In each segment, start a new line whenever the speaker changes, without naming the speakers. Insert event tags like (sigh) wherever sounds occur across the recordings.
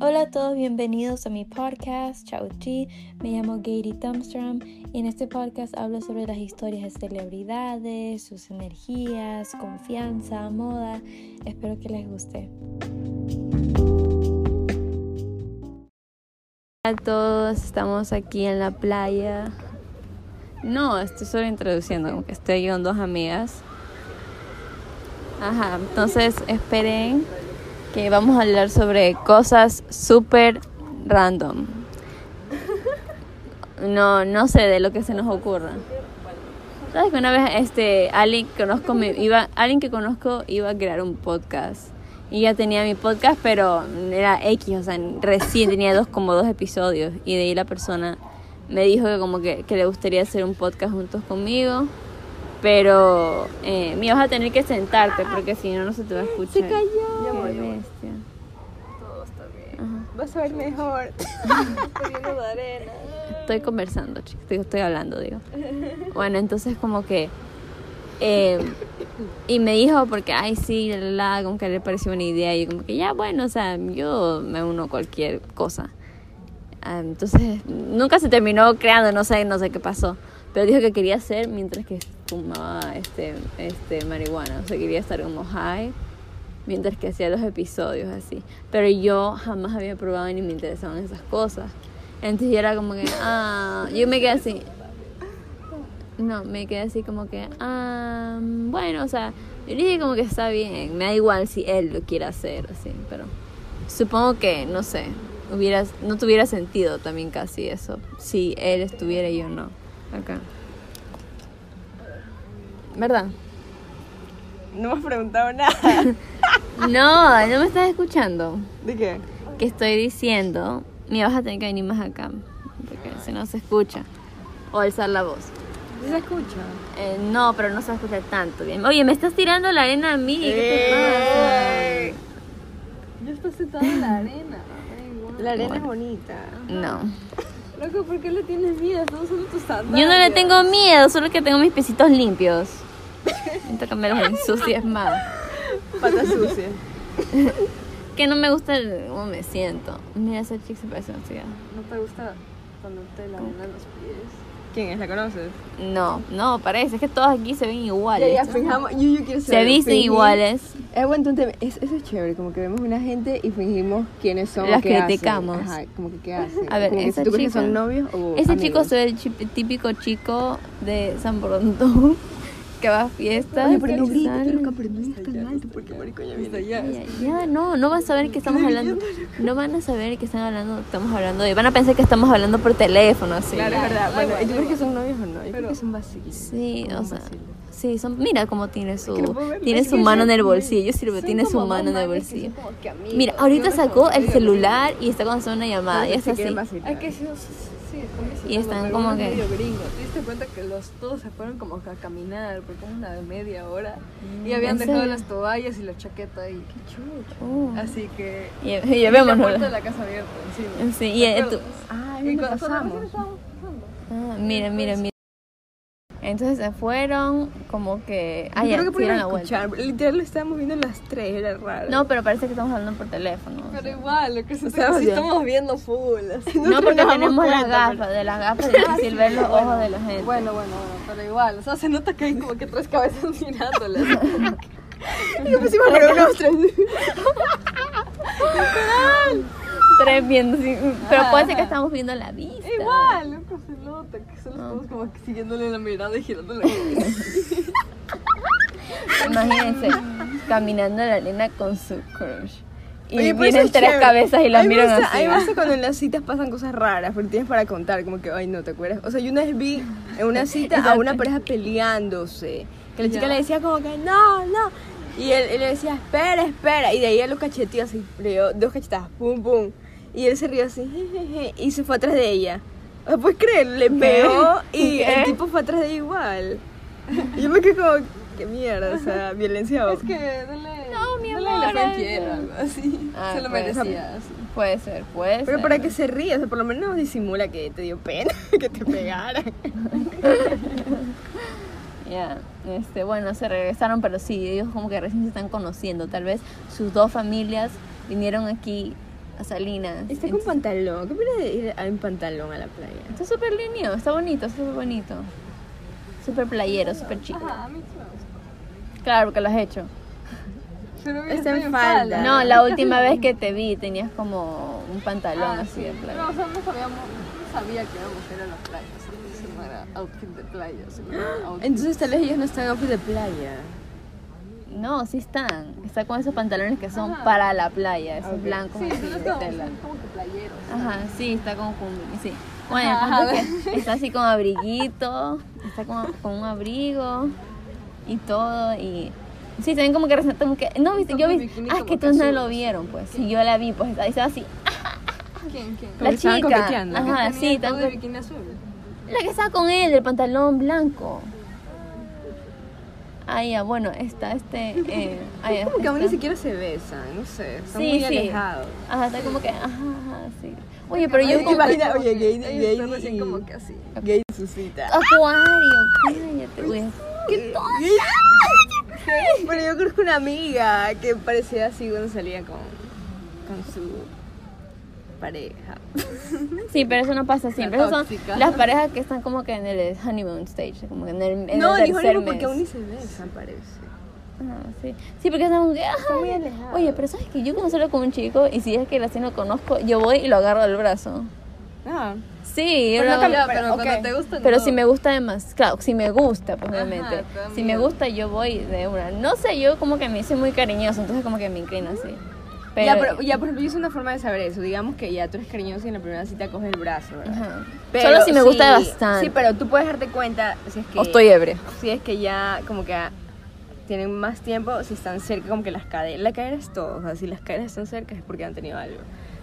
Hola a todos, bienvenidos a mi podcast Chat with G. Me llamo Gary Thumbstrom y en este podcast hablo sobre las historias de celebridades, sus energías, confianza, moda. Espero que les guste. Hola a todos, estamos aquí en la playa. No, estoy solo introduciendo, como que estoy aquí con dos amigas. Ajá, entonces esperen que vamos a hablar sobre cosas súper random. No, no sé de lo que se nos ocurra. ¿Sabes que una vez este, alguien, que conozco me iba, alguien que conozco iba a crear un podcast? Y ya tenía mi podcast, pero era X, o sea, recién tenía dos, como dos episodios. Y de ahí la persona me dijo que como que, que le gustaría hacer un podcast juntos conmigo. Pero eh, mi vas a tener que sentarte porque si no, no se te va a escuchar.
Se cayó.
Qué
Ya voy, ya voy.
bestia.
Todo está bien. Vas a ver mejor. Estoy lleno de arena.
(laughs) Estoy conversando, chicos. Estoy, estoy hablando, digo. Bueno, entonces como que... eh, y me dijo porque, ay, sí, la, la, la, como que le pareció buena idea. Y yo como que, ya, bueno, o sea, yo me uno a cualquier cosa. Ah, entonces, nunca se terminó creando, no sé, no sé qué pasó. Pero dijo que quería hacer mientras que fumaba este, este marihuana. O sea, quería estar como high mientras que hacía los episodios así. Pero yo jamás había probado ni me interesaban esas cosas. Entonces yo era como que, ah, yo me quedé así. No, me quedé así como que, ah, bueno, o sea, yo le dije como que está bien, me da igual si él lo quiere hacer, así, pero supongo que, no sé, hubiera, no tuviera sentido también casi eso, si él estuviera y yo no, acá. ¿Verdad?
No me has preguntado (laughs) nada.
No, no me estás escuchando.
¿De qué?
que estoy diciendo, me vas a tener que venir más acá, porque si no se escucha. O alzar la voz.
se escucha?
Eh, no, pero no se va a escuchar tanto bien. Oye, me estás tirando la arena a mí. ¿Qué
Eh. Yo estoy sentada en la arena. La arena es bonita.
te pasa? No.
Loco, ¿por qué le tienes miedo? Estamos usando tus sandalias.
Yo no le tengo miedo, solo que tengo mis pisitos limpios. Siento que me los ensucias más.
Patas sucias.
Que no me gusta el- cómo me siento. Mira, esa chica se parece a una ciudad.
¿No te gusta cuando te lavan los pies? ¿Quién es? ¿La conoces?
No, no, parece. Es que todos aquí se ven iguales.
Ya, ya, fijamos. Yo, yo quiero
se
saber,
visten
fingir.
iguales.
Es bueno, entonces, es- eso es chévere, como que vemos una gente y fingimos quiénes son,
Las
qué hacen.
criticamos.
Ajá, como que qué hacen.
A ver,
Como que
esa
si tú crees
chica-
que son novios o
Ese
amigos.
chico es el chip- típico chico de San Borondón (laughs) que va a fiestas.
Oye, pero no
que
grites,
sale.
loca, pero no digas tan alto porque marico ya viene allá.
Ya, ya, no, no van a saber que estamos hablando. No van a saber que están hablando, estamos hablando de. Van a pensar que estamos hablando por teléfono, así.
Claro, es verdad. Bueno, ¿y tú crees que son novios o no? Yo creo que son vacilos.
Sí, o
Un
sea.
vacilo.
Sí, son, mira cómo tiene su
que no puedo ver,
tiene
es
su
que
mano en
son
el
muy-
bolsillo, sirve,
son
tiene su
como
mano en el
manes que
bolsillo.
son como que amigos,
Mira, ahorita
yo no
sacó el
sabía.
celular y está con haciendo una llamada y es
Se
así.
quieren vacilar.
Hay que sí, sí, están visitando,
Y están
pero
como
uno es
que-
medio gringo. ¿Te diste cuenta que los todos se fueron como que a caminar por como una media hora? Y
Mm,
habían
¿en
dejado
serio?
las toallas y la chaqueta ahí.
Oh.
Así que.
(laughs) Y,
y
y
la
vémonos.
puerta de la casa abierta encima.
Sí, y, eh, tú-
Ah,
Y
y
cuando- cuando
pasamos.
recién estábamos pasando.
Ah, mira, mira, mira. Entonces se fueron como que... Ah,
Yo
ya,
creo que
se dieron
pudieron
la vuelta.
escuchar. Literal lo estábamos viendo las tres, era raro.
No, pero parece que estamos hablando por teléfono. o
Pero
sea.
igual, lo que se
O sea,
sí
ya.
estamos viendo full. así.
No, porque
nos damos
tenemos las
cuenta,
gafas, de las gafas es difícil ver
(laughs)
los ojos de la gente.
Bueno, bueno, bueno, pero igual. O sea, se nota que hay como que tres cabezas (laughs) mirándolas.
(laughs) Y nos pusimos a reír nosotros.
Tres viendo, sí, pero puede ser que
Ajá.
estamos viendo la vista.
igual, loco, se nota que solo estamos como que siguiéndole la mirada y girándole la cabeza.
Imagínense, caminando en la arena con su crush. Y
Oye, pero eso
vienen
es
tres
chévere.
cabezas y las
Ahí
miran
pasa-
así.
Ahí pasa cuando en las citas pasan cosas raras, porque tienes para contar, como que, ay, no te acuerdas. O sea, yo una vez vi en una cita a una pareja peleándose, que la chica
Ya.
le decía como que, no, no. Y él, él le decía, espera, espera. Y de ahí él lo cacheteó así, le dio dos cachetadas, pum, pum. Y él se rió así, jejeje, y se fue atrás de ella. O sea, ¿Puedes creer? Le pegó y
¿Qué?
el tipo fue atrás de ella igual. Y yo me quedé como, qué mierda, o sea, violencia.
Es que dale.
No, mi
dale
amor,
la fue
ay,
infiel o algo así.
Ah,
se lo
puede ser.
merecía. así.
Puede ser, puede ser.
Pero para que se ríe, o sea, por lo menos disimula que te dio pena (laughs) que te pegaran.
Ya, este, bueno, se regresaron, pero sí, ellos como que recién se están conociendo. Tal vez sus dos familias vinieron aquí a Salinas.
Está con
Entonces-
pantalón. ¿Qué opinas de ir en pantalón a la playa?
Está súper lindo, está bonito, está súper bonito. Súper playero, súper chico.
Ajá, a mí sí me gusta.
Claro, porque lo has hecho.
Pero yo
Está
estoy
en falda.
No, la última vez que te vi tenías como un pantalón
Ah,
así de
sí.
playa.
No, o sea, no sabíamos, no sabía que era mujer a la playa. O sea, eso no era outfit de playa, sino
Ah,
era outfit.
Entonces tal vez ellos no están outfit de playa.
No, sí están. Está con esos pantalones que son
Ajá.
para la playa, esos blancos
Sí,
así
solo
de
como,
tela.
como que playeros.
Ajá, sí, está con con- sí. Bueno, el
Ajá,
punto es que está así con abriguito, está con, con un abrigo y todo y sí, también como que resalta como que no viste,
Está
yo
con
vi,
bikini
ah, es
como
que tú no
casual,
lo
así.
vieron, pues. Si yo la vi, pues ahí estaba así. ah,
¿Quién? ¿Quién?
Como
La
que estaban
chica.
coqueteando.
Ajá,
Tenía
sí,
el top
tan-
de bikini azul.
la que estaba con él, el pantalón blanco. Ah, ya, bueno, está este eh, ah, ya,
Es como que aún ni
está.
siquiera se besan, no sé. Están
Sí,
muy
sí.
alejados.
Ajá, está como que ajá, ajá, sí. Oye, pero yo
Ay,
como que-
imagina-
como
oye,
que
gay-
ellos
gay
están recién
y-
como que así.
Gay su cita.
Acuario, cállate, güey. ¿Qué to-
Pero yo conozco una amiga que parecía así cuando salía con, con su pareja.
Sí, pero eso no pasa siempre. Esas
tóxica.
son las parejas que están como que en el honeymoon stage, como que en el, en
no,
el
dijo
tercer
algo porque
mes.
aún ni se besan, parece.
Ah, sí. sí, porque están como que. "Ay, Oye, pero sabes que yo cuando salgo con un chico y si es que así no conozco, yo voy y lo agarro del brazo.
Ah,
Sí, yo
Pues
lo
no
agarro-
cambia,
Ya,
pero
pero
ok.
cuando te gusta
Pero
no.
si me gusta además, claro, si me gusta, pues obviamente.
también.
si me gusta, yo voy de una. No sé, yo como que me hice muy cariñoso, entonces como que me inclino así. Pero,
ya, pero, ya, por ejemplo, yo es una forma de saber eso. Digamos que ya tú eres cariñoso y en la primera cita coges el brazo, ¿verdad?
Ajá.
Pero
Solo si me gusta
sí,
bastante.
Sí, pero tú puedes darte cuenta si es que.
O estoy ebria.
Si es que ya, como que ah, tienen más tiempo, si están cerca, como que las caderas. Las caderas todos, o sea, si las caderas están cerca es porque han tenido algo.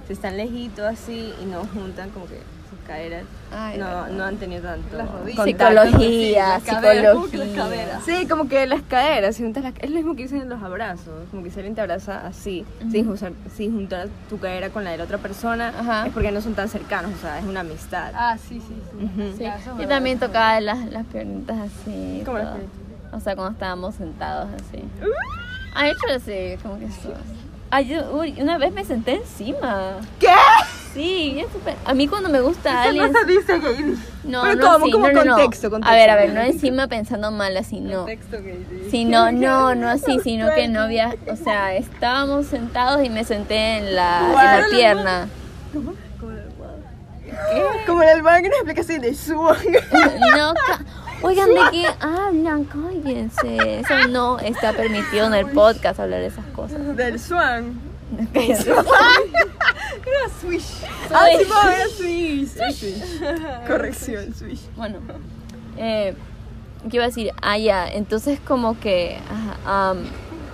Si están lejitos así y no juntan, como que sus caderas
Ay,
no,
verdad.
no han tenido tanto.
Las rodillas.
contacto.
Psicología,
Sí, las caderas, como que las
psicología.
caderas.
Sí, como que las caderas, si juntas las, es lo mismo que dicen en los abrazos, como que si alguien te abraza así, sin, usar- sin juntar tu cadera con la de la otra persona,
Ajá.
es porque no son tan cercanos, o sea, es una amistad.
Ah, sí, sí, sí.
Ujú.
Sí,
Ya, eso es
Yo
verdad.
también tocaba las, las piernitas así.
¿Cómo las
todo. O sea, cuando estábamos sentados así.
Mm.
Ah, de hecho así, como que eso. Ay, yo, uy, una vez me senté encima.
¿Qué?
Sí, bien súper- A mí cuando me gusta
Eso
alguien.
no se dice gay.
No,
Pero
no,
¿cómo?
sí,
¿Cómo
no, no, no.
contexto, contexto?
A ver, a ver, no encima pensando mal así, no.
Texto que dice.
Sino, no, no así, sino que no había. O sea, estábamos sentados y me senté en la, en la
Guau.
pierna.
Como en el manga, una explicación de swag.
No, ca- oigan, ¿de qué hablan? Cállense. Eso no está permitido en el podcast hablar de esas cosas.
(laughs) Del swan.
Cállense.
(laughs) Era swish. Ah,
Ay.
sí, va, era swish. Era swish. Corrección, swish.
Bueno, eh, ¿qué iba a decir? Ah, ya, entonces como que... ajá, am,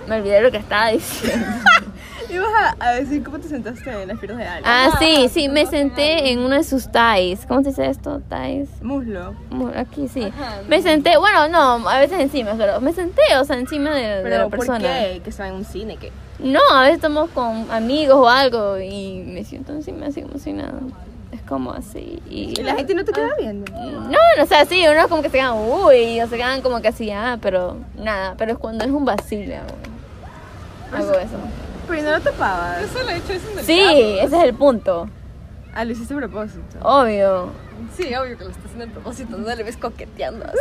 me olvidé lo que estaba diciendo.
(laughs) Ibas a, a decir cómo te sentaste en las piernas de alguien.
Ah, sí, sí, me senté en uno de sus ties. ¿Cómo se dice esto? Ties.
Muslo.
Bueno, Aquí sí. Me senté, bueno, no, a veces encima, pero me senté, o sea, encima de, de
Pero
la persona.
¿por qué? Que estaba en un cine, que.
No, a veces estamos con amigos o algo y me siento encima así como si nada. Es como así. Y,
Y la gente no te queda viendo.
No, no, (laughs) o sea, sí, unos como que se quedan, uy, o se quedan como que así, ah, pero nada, pero es cuando es un vacile hago, hago eso.
Pero no lo tapabas.
Eso lo he hecho, es un
Sí, ese es el punto,
Ah, lo hiciste a propósito.
obvio.
Sí, obvio que lo estás haciendo a propósito, no le ves coqueteando así.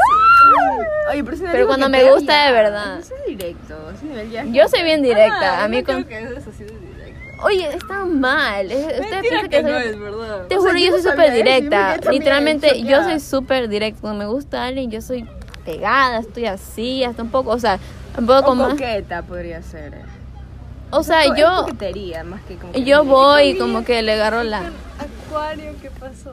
Oye, pero, si no
Pero
digo
cuando
que
me
te
gusta de
diga.
verdad.
Eso es directo. Ese nivel ya.
Yo soy bien directa,
Ah,
a mí
no
con...
creo que eso es así de directo.
Oye, está mal, es- ustedes
Mentira
piensan
que
que
no
soy...
es, ¿verdad?
Te
O sea,
juro,
yo
yo
no
soy
sabía
súper
eso, yo me
directa,
quedé también
literalmente yo
choqueada.
soy súper directa, cuando me gusta alguien yo soy pegada, estoy así, hasta un poco, o sea, un
O
poco más...
coqueta podría ser.
O sea,
Es
yo,
coquetería más que como. que-
yo voy y como que le agarro la...
Acuario, ¿qué pasó?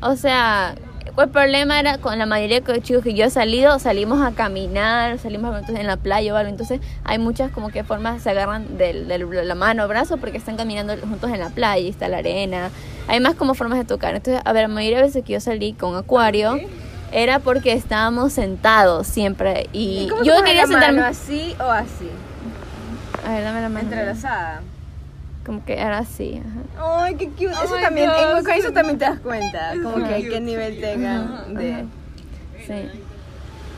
O sea, el problema era con la mayoría de chicos que yo he salido, salimos a caminar, salimos a- entonces, en la playa o algo. Entonces, hay muchas como que formas se agarran de la mano o brazo porque están caminando juntos en la playa y está la arena. Hay más como formas de tocar. Entonces, a ver, la mayoría de veces que yo salí con Acuario era porque estábamos sentados siempre. Y,
¿Y cómo
yo
se pone
quería
la mano,
sentarme.
así o así?
A ver, dame la mano.
Entrelazada.
Como que era así. ajá.
Ay, qué cute.
Oh
eso
my
también,
God,
en- con
sí.
eso también te das cuenta. Como
Ajá.
que qué nivel tengan de.
ajá. Sí.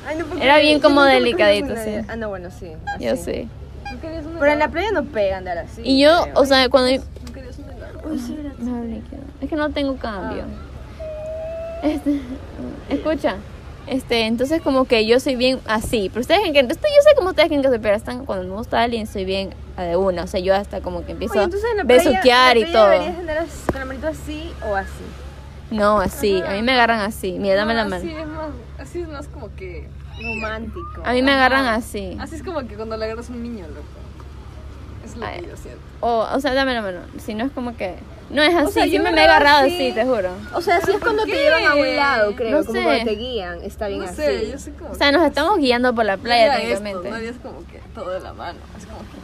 Ay, no, porque
Era bien
yo
como
nunca me
delicadito,
cogí con nadie.
sí.
Ah, no, bueno, sí.
Yo
así.
sí.
¿No querías un
Pero en la
helado?
playa no pegan de así.
Y yo, oh, o sea, cuando...
¿No querías un helado?
Uy, sí, era-
No, líquido. Es que no tengo cambio.
Ah.
Este, (laughs) escucha. Este, entonces como que yo soy bien así, pero ustedes creen que esto yo sé como ustedes creen que soy, pero están cuando me gusta alguien soy bien a de una, o sea, yo hasta como que empiezo
Oye,
a
entonces en la playa,
besuquear
en la
y
playa
todo.
deberías andar así, con la manito así o así.
No, así, a mí me agarran así. Mira, dame la
Ah,
No,
mano.
Así es más, así es más como que.
Romántico.
A mí me agarran
Ajá.
así.
Así es como que cuando le agarras un niño, loco. Es lo
Ay.
que yo siento.
O, o sea, dame la mano. Si no es como que no es así,
sea, yo
siempre
me
me he
agarro
agarrado
así.
así, te juro.
O sea, así es cuando
qué?
te llevan a un lado, creo,
No
como
sé.
cuando te guían, está bien
No
así.
sé, yo soy como.
O sea, nos estamos guiando por la playa
Mira esto,
técnicamente.
No harías como que todo de la mano. Es como que.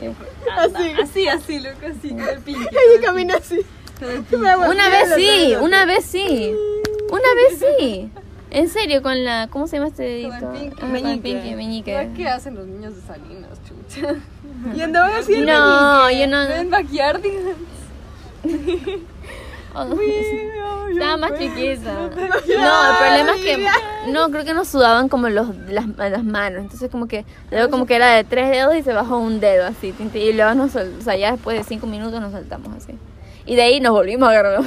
Sí.
Así, así, así, loco, así, con el pinche.
(laughs) Ella camina así.
Una vez sí, una vez sí. Una vez sí. En serio, con la. ¿Cómo se llama este dedito?
el pinky.
Ah, con el
Meñique.
pinky, meñique.
¿Qué hacen los niños de Salinas, chucha?
Y andaban así en
No, yo no.
Ven vaquear, digan.
(laughs) oh, Estaba más chiquita. No, el problema es que. No, creo que nos sudaban como los, las, las manos. Entonces, como que. Luego, como que era de tres dedos y se bajó un dedo así. tin, tin, Y luego nos. sol- O sea, ya después de cinco minutos nos saltamos así. Y de ahí nos volvimos a agarrar.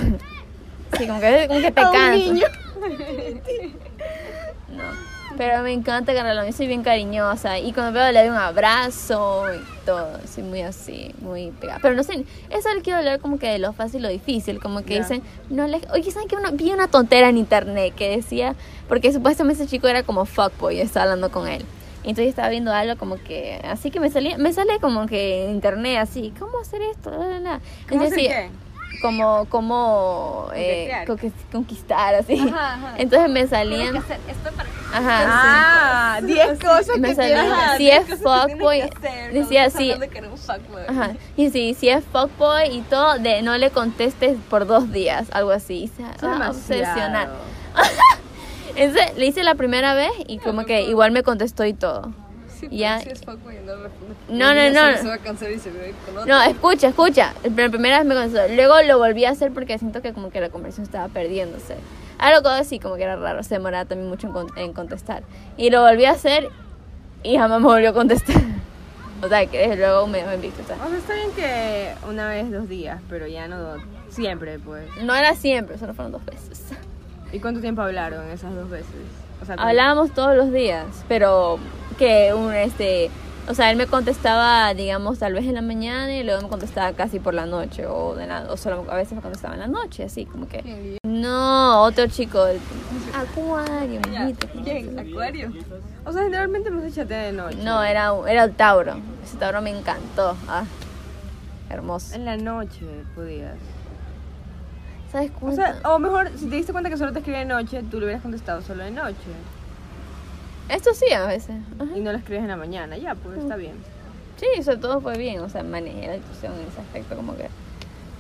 Sí, como que, como que te
A un
cansas.
niño.
No. Pero me encanta agarrarlo, yo soy bien cariñosa. Y cuando veo le doy un abrazo y todo. Soy muy así, muy pegada. Pero no sé, eso le quiero hablar como que de lo fácil y lo difícil. Como que dicen, no les. Oye, ¿saben que vi una tontera en internet que decía. Porque supuestamente ese chico era como fuckboy, yo estaba hablando con él. Y entonces estaba viendo algo como que. Así que me salía, me sale como que en internet así, ¿cómo hacer esto? La, la, la.
¿Cómo
Entonces,
hacer
sí, (laughs)
qué?
Como, como eh,
Coquetear.
conquist- conquistar, así.
Ajá, ajá.
(laughs) Entonces me salían.
Esto para
Ajá.
Ah, 10 cosas
Me
que te
salía.
Ajá.
si es fuckboy, decía así. Ajá. Y si, si es fuckboy y todo, de no le contestes por dos días, algo así. Y Se va a obsesionar. Entonces, le hice la primera vez y como que igual me contestó y todo. Ya.
ya. Si es fuckboy, no responde.
No, no,
Y ya
no.
Se va a cansar y se ve con otro.
No, escucha, escucha. La primera vez me contestó. Luego lo volví a hacer porque siento que como que la conversación estaba perdiéndose. Algo así, como que era raro. Se demoraba también mucho en, con- en contestar. Y lo volví a hacer y jamás me volvió a contestar. (laughs) O sea, que desde luego me me invito. o sea.
O sea, está bien que una vez, dos días, pero ya no dos. Siempre, pues.
No era siempre, solo fueron dos veces.
¿Y cuánto tiempo hablaron esas dos veces? O sea, con-
Hablábamos todos los días, pero que un este, o sea, él me contestaba, digamos, tal vez en la mañana y luego me contestaba casi por la noche o de nada, o solo a veces me contestaba en la noche, así como que
¿Quién?
no, otro chico, el- acuario, mijito.
¿Quién? ¿Acuario?
O sea, generalmente me se chatea de noche.
No, era un- era el Tauro. Ese Tauro me encantó. Ah, hermoso.
En la noche podías.
¿Sabes
O
cómo?
sea, o mejor, si te diste cuenta que solo te escribía de noche, tú le hubieras contestado solo de noche.
Esto sí a veces. Ah. Ajá.
Y no le escribes en la mañana. Ya, pues está bien.
Sí, sobre todo fue bien, o sea, manejé la discusión en ese aspecto como que...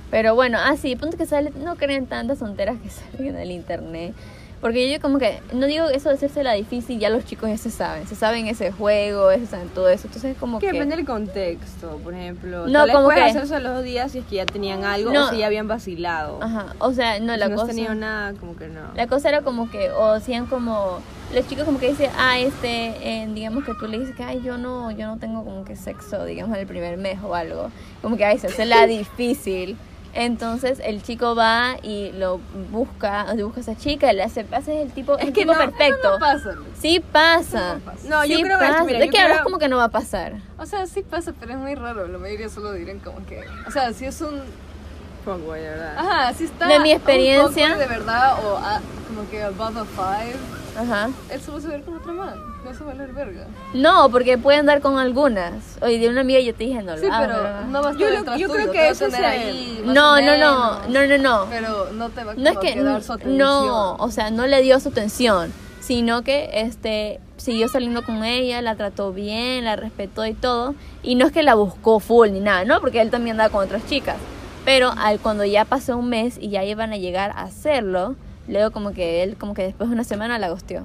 Pero bueno, ah, sí, punto que sale, no crean tantas tonteras que (laughs) salen en el internet. Porque yo como que, no digo eso de hacerse la difícil, ya los chicos ya se saben, se saben ese juego, eso, saben todo eso, entonces como
Que
que...
depende del contexto, por ejemplo.
No,
tal vez
como
puedes
que-
hacer solo dos días si es que ya tenían algo
No.
o si ya habían vacilado.
Ajá, o sea, no,
Si
la
no has
cosa...
tenido nada, como que no.
La cosa era como que, o hacían como, los chicos como que dicen, ah, este, eh, digamos que tú le dices que, ay, yo no, yo no tengo como que sexo, digamos, en el primer mes o algo. Como que, ay, se hace la difícil. Entonces el chico va y lo busca, o sea, busca a esa chica, le hace, hace el tipo, el tipo
no,
perfecto.
eso no pasa. Luis.
Sí pasa.
No, yo
Sí
creo que esto,
pasa.
mira,
De
yo
que ahora
creo-
es como que no va a pasar.
O sea, sí pasa, pero es muy raro. La mayoría solo dirán como que. O sea, si es un.
Pongo, de verdad.
Ajá, si está.
De mi
un
experiencia.
fuckboy de verdad, o a- como que above a five.
Ajá.
Él solo se va a ver con otra man. No se va a valer verga.
No, porque pueden dar con algunas. Oye, de una amiga yo te dije no. lo
Sí,
hago,
pero
Ah, ¿verdad?
no va a estar
Yo lo-
detrás
yo
tuyo,
creo
te
que
va a
eso
tener
se-
ahí, más
No,
o
no, no,
menos,
no, no, no.
Pero no te va
no es
como
que
que dar su atención.
no o sea no le dio su atención sino que este siguió saliendo con ella la trató bien la respetó y todo y no es que la buscó full ni nada no porque él también andaba con otras chicas pero al cuando ya pasó un mes y ya iban a llegar a hacerlo luego como que él como que después de una semana la gosteó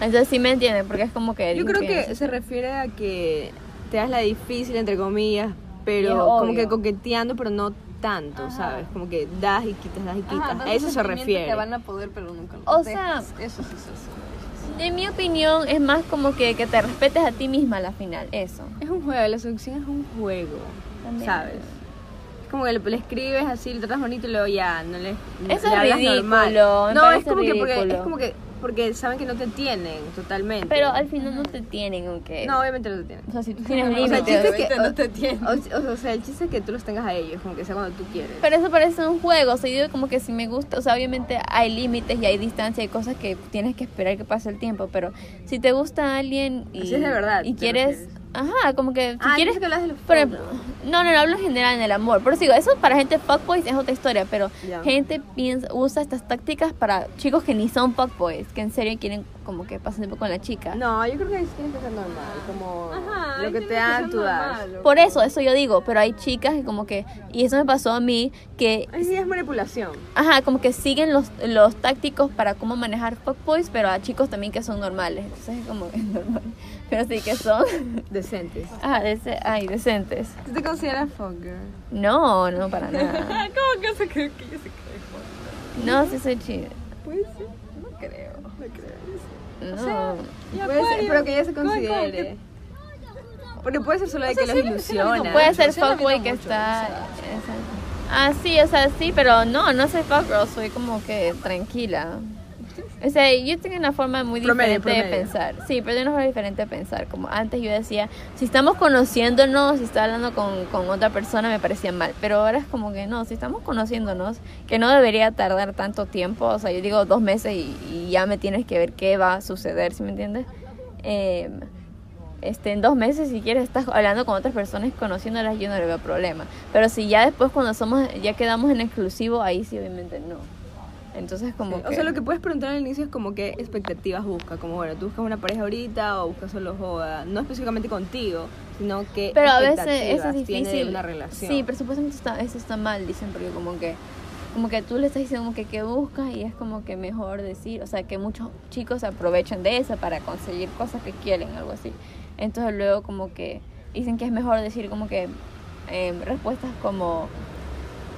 entonces sí me entienden porque es como que
Yo creo
digo
que se refiere a que te das la difícil, entre comillas,
Es
pero como
obvio.
que coqueteando, pero no tanto, ¿sabes? Como que das y quitas, das y
Ajá,
quitas.
das
A
el
eso se
sentimiento
refiere.
Que van a poder, pero nunca lo
O sea-
dejas. eso sí se hace.
En mi opinión, es más como que, que te respetes a ti misma a la final, eso.
Es un juego, la seducción es un juego,
También.
¿sabes? Es como que le, le escribes así, le tratas bonito y luego ya, no le, le
es
hablas normal.
ridículo, me
No, es
parece
como, que porque, es
ridículo.
como que porque saben que no te tienen totalmente.
Pero al final no te tienen, aunque.
No, obviamente no te tienen.
O sea, si tú tienes
O sea, el
límites.
chiste es que,
Obviamente no te tienen.
O, o- o sea, el chiste es que tú los tengas a ellos, como que sea cuando tú quieres.
Pero eso parece un juego, o sea, yo como que si me gusta, o sea, obviamente hay límites y hay distancia, hay cosas que tienes que esperar que pase el tiempo, pero si te gusta alguien y,
Así es de verdad,
y
te
quieres,
refieres.
ajá, como que si
Ah, yo
quieres,
pensé que hablas de los
por ejemplo,
fuckboys.
no, no, no hablo en general en el amor, pero digo, eso para gente fuckboys es otra historia, pero
Ya.
gente piensa, usa estas tácticas para chicos que ni son fuckboys, que en serio quieren como que pasen tiempo con la chica.
No, yo creo que ahí sí tienes que ser normal, como
Ajá, ahí
lo que
tienes
te dan,
ser
tú das.
normal,
Por eso, eso yo digo, pero hay chicas que como que, y eso me pasó a mí, que
Ahí sí es manipulación.
Ajá, como que siguen los, los tácticos para cómo manejar fuckboys, pero a chicos también que son normales. Entonces es como que (laughs) es normal. Pero sí que son. (laughs)
Decentes.
Ajá, dece- ay, decentes.
¿Tú te consideras fucker?
No, no, para nada.
(laughs) ¿Cómo que se cree que yo se cree? fuerte?
No, sí soy chida.
Puede ser,
No creo.
Pues no creo.
No.
Puede ser, pero que ella se
¿Cómo- cómo que-
considere. Porque puede ser solo de que los ilusiona.
Puede ser
funciona
fuckboy
bien
que
mucho,
está.
o sea.
exacto. Ah, sí, o sea, sí, pero no, no soy fuckgirl, soy como que tranquila. O sea, yo tengo una forma muy
Promedio,
diferente de
promedio.
pensar. Sí, pero tengo una forma diferente de pensar. Como antes yo decía, si estamos conociéndonos, si está hablando con, con otra persona, me parecía mal. Pero ahora es como que no, si estamos conociéndonos, que no debería tardar tanto tiempo. O sea, yo digo dos meses y, y ya me tienes que ver qué va a suceder, ¿sí me entiendes? Em, este, en dos meses, si quieres, estás hablando con otras personas, conociéndolas, yo no le veo problema. Pero si ya después, cuando somos, ya quedamos en exclusivo, ahí sí, obviamente no. Entonces, como
O sea, lo que puedes preguntar al inicio es como qué expectativas busca. Como, bueno, tú buscas una pareja ahorita o buscas solo joda. No específicamente contigo, sino que
Pero a veces eso es
e- tiene
difícil.
una relación.
Sí, pero supuestamente está, eso está mal, dicen, porque como que como que tú le estás diciendo como que qué buscas y es como que mejor decir, o sea, que muchos chicos aprovechan de eso para conseguir cosas que quieren, algo así. Entonces luego como que dicen que es mejor decir como que em, respuestas como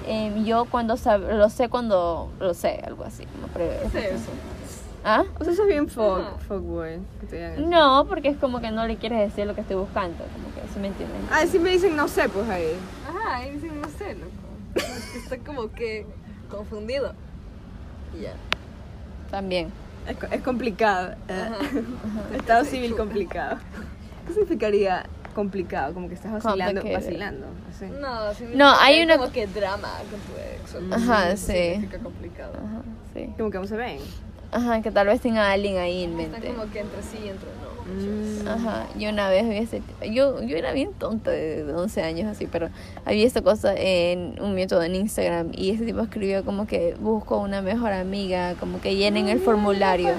em, yo cuando sab- lo sé cuando lo sé, algo así. Como pre-
sé eso.
¿Ah?
O sea, eso es bien
Ajá.
folk, fuckboy. Que te digan eso.
No, porque es como que no le quieres decir lo que estoy buscando, como que, ¿sí me entiendes?
Ah, sí me dicen no sé, pues ahí.
Ajá, y dicen, no sé, loco. (laughs) Es que Está como que confundido. Y ya.
También.
Es, co- es complicado. eh. (laughs) Estado civil complicado. ¿Qué significaría complicado? Como que estás vacilando,
Complicated.
vacilando. así.
No,
No, hay una-
Como que drama con tu ex. o algo
Ajá,
así, eso
sí.
Significa complicado.
Ajá, sí.
Como que no se ven.
Ajá, que tal vez tenga a alguien ahí en
Está
mente.
como que entre sí y entre no.
Mm. Ajá, yo una vez vi ese yo yo era bien tonta de 11 años así, pero había esta cosa en un método en Instagram y ese tipo escribió como que busco una mejor amiga, como que llenen
Ah,
el formulario.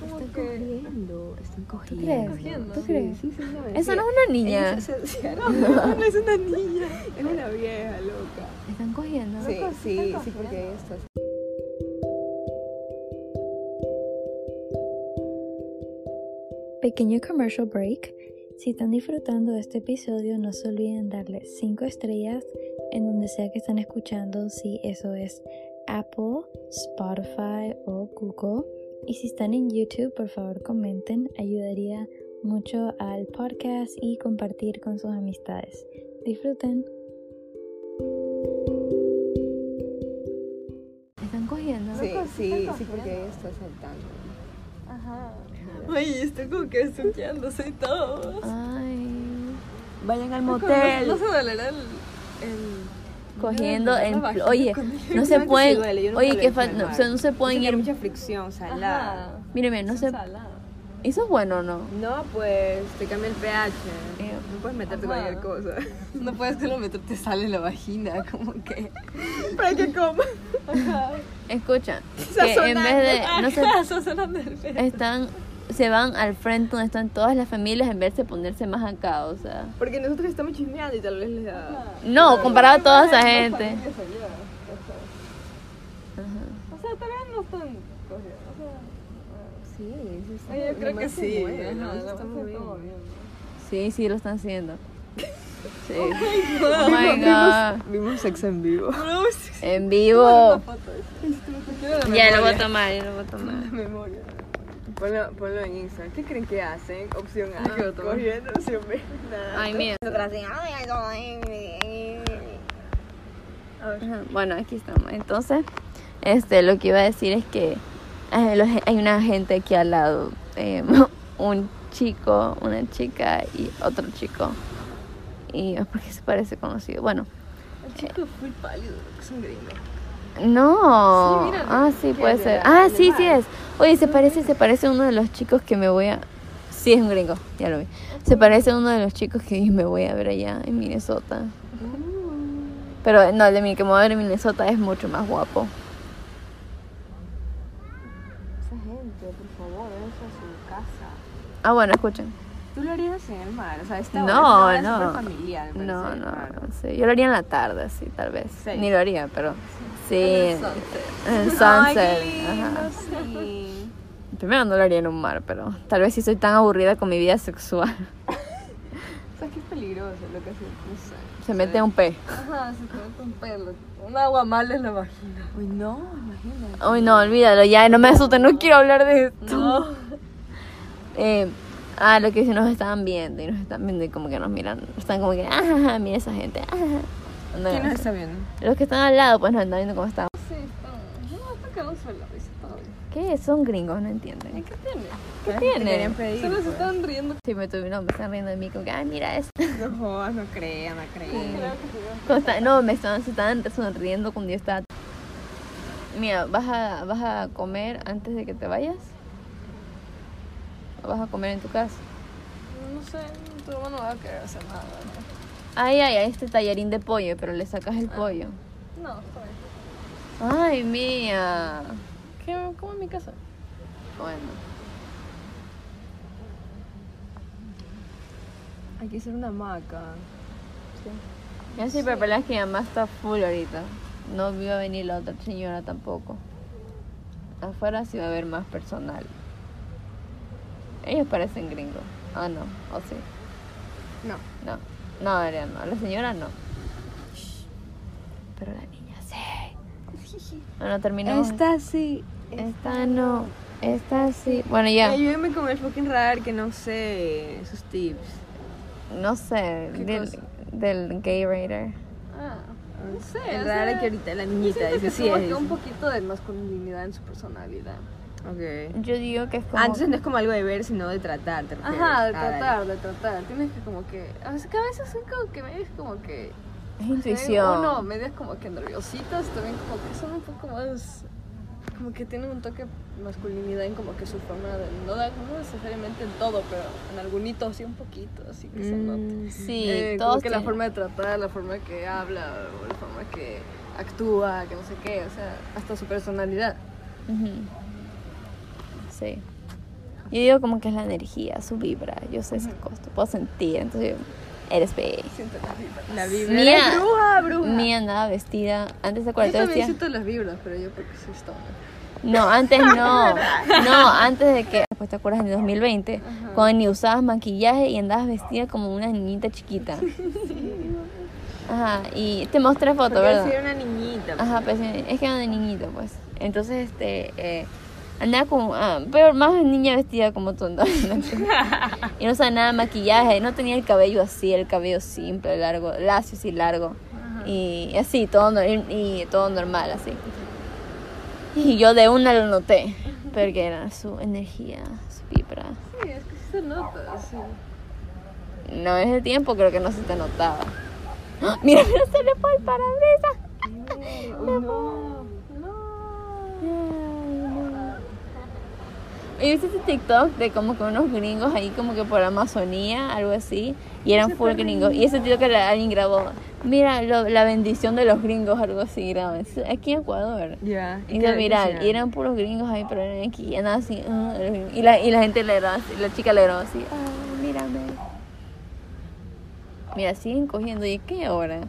Como que-
cogiendo, están
¿Tú crees?
cogiendo.
¿Tú crees?
Sí, sí, sí, me
Eso
decía.
no es una niña. (laughs)
Ella se- se- No, no es una niña. Es una vieja loca.
Están cogiendo.
Sí, sí, sí, porque esto es.
Pequeño commercial break. Si están disfrutando de este episodio, no se olviden darle 5 estrellas en donde sea que están escuchando, si eso es Apple, Spotify o Google. Y si están en YouTube, por favor comenten, ayudaría mucho al podcast y compartir con sus amistades. Disfruten.
Están cogiendo.
Sí, sí, sí, porque esto es saltando.
Ajá. Ay, estoy como que estudiándose y todo.
Ay.
Vayan al
No, no se dolerá el. el...
Cogiendo en
Vagina
oye,
con-
no
Creo
se
que sí duele, yo
pueden
nunca
Oye,
lo he
que
hecho en el
no,
mar.
o sea, no se pueden
Dicen que
ir.
hay mucha fricción, salada.
Ajá.
Mírame, no se
Ensalada.
Eso es bueno o no?
No, pues te cambia el pH.
Ew.
No puedes meterte
Ajá.
cualquier cosa.
No puedes solo meterte sal en la
(laughs)
vagina, como que.
Para que comas.
Escucha, que
Sazonando.
en vez de (laughs) no se
Eso suena perfecto.
están se van al frente donde están todas las familias en vez de ponerse más acá, o sea.
Porque nosotros estamos chismeando y tal vez les da.
No, comparado a toda (laughs) esa gente.
Familia se lleva, o sea. O sea, todavía no están cogiendo. O sea,
Sí, sí, sí.
Ay, yo creo que sí.
Bueno,
ajá, la
está
masa
muy
está como
bien.
bien.
Sí, sí lo están haciendo. Sí. Oh my god.
Vimos sexo en vivo.
En vivo.
Quiero la
Ya lo voy a
memoria.
tomar, ya lo voy a
(laughs)
tomar.
memoria.
Ponlo, ponlo en Instagram. ¿Qué creen que hacen? Opción A.
Yo tomo. (laughs)
Corriendo, opción B. Nada.
Ay, miedo.
Nosotras así, ay, no, ay, ay, ay.
Ajá, Bueno, aquí estamos. Entonces, este, lo que iba a decir es que eh, los- hay una gente aquí al lado, eh, (laughs) un chico, una chica y otro chico. Y ¿por qué se parece conocido? Bueno,
El chico es full pálido, que es un gringo.
no.
Sí, míralo.
ah, sí, puede
Fíjate, la-
ser. Ah,
la
sí,
mar.
sí es. Oye, se parece, se parece a uno de los chicos que me voy a. Sí, es un gringo, ya lo vi. Se parece a uno de los chicos que me voy a ver allá en Minnesota. Pero no, el de mi que me voy a ver en Minnesota es mucho más guapo.
Esa gente, por favor, eso a su casa.
Ah, bueno, escuchen.
¿Tú lo harías en el mar? O sea, esta
No,
hora es
no.
familiar,
No, no, no sé. Yo lo haría en la tarde, sí, tal vez.
Sí.
Ni lo haría, pero sí.
El
En
sunset.
el
Ay,
sunset.
qué
ajá.
lindo, sí.
Primero no lo haría en un mar, pero tal vez si soy tan aburrida con mi vida sexual. (laughs)
O sea, que es peligroso lo que hace. No sé.
Se mete un pez.
Ajá, se te mete un pelo. Un agua mala en la vagina. Uy, no, imagínate.
Uy, no, olvídalo, ya, no me asusten, no quiero hablar de esto. (laughs) Eh, ah, lo que sí nos estaban viendo y nos están viendo y como que nos miran. Están como que, ah, mira esa gente. ajaja". No,
¿Quién
no
nos
sé.
está viendo?
Los que están al lado, pues nos están viendo cómo estamos.
Sí, está. No, está quedando sola, dice todo.
¿Qué? Son gringos, no entienden.
¿Qué tiene?
¿Qué
Te querían
tienen?
pedir.
Solo se están riendo.
Sí, me tuvieron, me están riendo de mí, como que, ay, mira eso. (laughs)
No jodas, no crean, no crean.
Creo que se
Como está- no, me estaban, se estaban sonriendo cuando yo estaba. Mira, ¿vas a, ¿vas a comer antes de que te vayas? ¿O vas a comer en tu casa?
No sé, tu hermano va a querer hacer nada. ¿no?
Ay, ay, ay, este tallarín de pollo, pero le sacas el pollo.
No, está bien.
Ay, mía.
¿Qué? ¿Cómo en mi casa?
Bueno,
Hay que hacer una hamaca.
yo sí, pero es que mi mamá está full ahorita. No iba a venir la otra señora tampoco. Afuera sí va a haber más personal. Ellos parecen gringos. Ah, no, o sí.
No.
No, no, Adrián, no. La señora no. Pero la niña sí. Bueno, terminamos.
Esta sí.
Esta no. Esta sí. Bueno, ya.
Ayúdame con el fucking radar que no sé sus tips.
No sé. Del, del gay raider.
Ah, no sé.
El
o
radar
sea,
que ahorita la
yo
niñita
siento
dice
que
sí
como
es.
que un poquito de masculinidad en su personalidad.
Ok.
Yo digo que es como.
Ah, entonces no es como algo de ver, sino de tratar. te refieres.
Ajá, de
Ah, dale.
tratar, de tratar. Tienes que como que... A veces que a veces son como que medio es como que...
es intuición.
Uno, medias como que nerviositas, también como que son un poco más... Como que tienen un toque masculinidad en como que su forma de... No, da- no necesariamente en todo, pero en algunito sí un poquito, así que se nota.
Mm.
Sí,
Eh, como
todos.
que la
tienen-
forma de tratar, la forma que habla, o la forma que actúa, que no sé qué, o sea, hasta su personalidad.
Ujú. Sí. Yo digo como que es la energía, su vibra. Yo sé esas cosas. te Puedo sentir. Entonces, yo, eres gay.
Siento las vibras.
La Biblia.
Mía,
Bruja, bruja.
mía andaba vestida. Antes de
Yo
acuerdas
también
vestida.
siento las vibras, pero yo creo que soy stalker.
No, (laughs) antes no. No, antes de que. Pues te acuerdas en el 2020, cuando ni usabas maquillaje y andabas vestida como una niñita chiquita. Ajá, y te mostré foto,
Porque
¿verdad?
si era una niñita.
Ajá, pues eh, es que era de niñito, pues. Entonces, este, eh, andaba como, ah, pero más niña vestida como tú andabas. ¿no? (laughs) y no usaba nada de maquillaje, no tenía el cabello así, el cabello simple, largo, lacio, sí, largo. Y así, todo, no- y, y todo normal, así. Y yo de una lo noté, porque era su energía, su vibra.
Sí, es que sí se
pues,
nota, sí.
No es el tiempo, creo que no se te notaba. ¡Ah! Mira, mira, se le fue el parabrisas.
oh,
Uy, no, no.
Y viste ese TikTok de como que unos gringos ahí como que por Amazonía, algo así, y eran full gringos. Y ese tío que la- alguien grabó, mira lo- la bendición de los gringos, algo así, graban. Es Aquí en Ecuador.
Ya.
Y
qué-
se
qué
viral,
será?
y eran puros gringos ahí, pero eran aquí, y andaban así, "Ah", los gringos. y, la, y la gente le grababa así, la chica le grabó así, ah, mírame. Mira, siguen cogiendo, ¿y qué hora?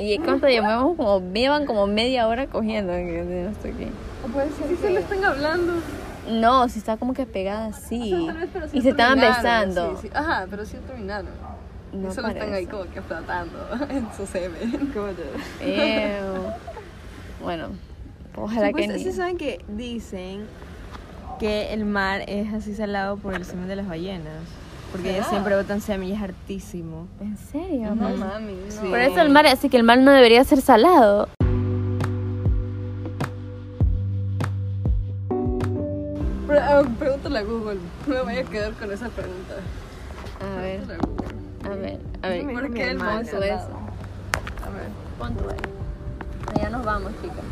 ¿Y cuánto llevamos? Como, llevan como media hora cogiendo, que no sé qué.
O puede ser sí se le están hablando.
No, si está como que pegada así.
Tal vez, pero sí
y se estaban
terminaron,
besando.
sí, sí. Ajá, pero sí terminaron. No
Solo están
parece.
ahí como que flotando
(laughs)
en su semen.
¿Cómo te-
Ew. Bueno, ojalá que
pues,
Supuesto-
ni-
sí saben que dicen que el mar es así salado por el semen de las ballenas. Porque ellas
¿Será?
siempre botan semen y es hartísimo.
¿En serio?
No
Mamá?
mami, no.
Sí.
Por eso el mar, así que el mar no debería ser salado.
Pre- ah, pregúntale a Google. Me voy a quedar con esa pregunta.
A ver,
Pregúntale a Google.
a ver, a ver.
Dime.
¿Por
mi
qué el
hermana.
mar es
Eso, eso.
salado? A ver.
Pon tu ahí. Ya nos vamos, chicas.